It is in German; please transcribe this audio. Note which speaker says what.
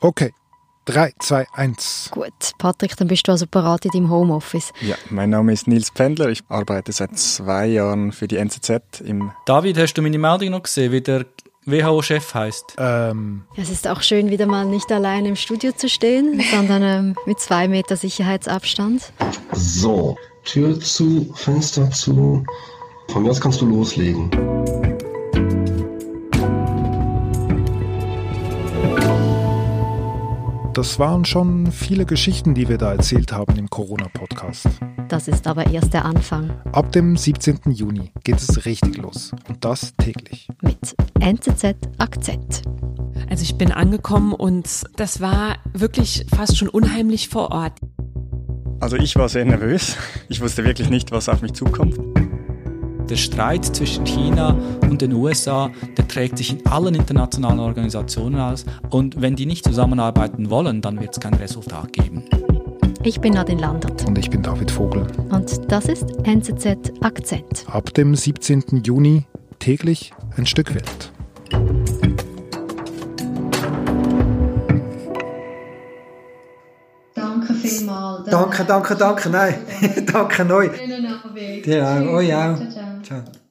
Speaker 1: Okay. 3, 2, 1.
Speaker 2: Gut, Patrick, dann bist du also parat in deinem Homeoffice.
Speaker 3: Ja, mein Name ist Nils Pendler. Ich arbeite seit zwei Jahren für die NZZ im.
Speaker 4: David, hast du meine Meldung noch gesehen, wie der WHO-Chef heißt?
Speaker 1: Ähm,
Speaker 2: Es ist auch schön, wieder mal nicht allein im Studio zu stehen, sondern ähm, mit zwei Meter Sicherheitsabstand.
Speaker 5: So, Tür zu, Fenster zu. Von mir aus kannst du loslegen.
Speaker 1: das waren schon viele Geschichten, die wir da erzählt haben im Corona-Podcast.
Speaker 2: Das ist aber erst der Anfang
Speaker 1: Ab dem 17. Juni geht es richtig los. Und das täglich.
Speaker 2: mit NZZ Akzent.
Speaker 6: Also ich bin angekommen und das war wirklich fast schon unheimlich vor Ort.
Speaker 3: Also ich war sehr nervös. Ich wusste wirklich nicht, was auf mich zukommt.
Speaker 4: Der Streit zwischen China und den USA, der trägt sich in allen internationalen Organisationen aus. Und wenn die nicht zusammenarbeiten wollen, dann wird es kein Resultat geben.
Speaker 2: Ich bin Nadine Landert
Speaker 1: Und ich bin David Vogel.
Speaker 2: und das ist NZZ Akzent.
Speaker 1: Ab dem 17. Juni täglich ein Stück Welt.
Speaker 7: Danke vielmals.
Speaker 8: Danke, danke, danke. Nein, danke euch.
Speaker 7: Schönen Abend.
Speaker 8: Dir auch, euch auch.
Speaker 7: Ciao, ciao.
Speaker 8: Ciao.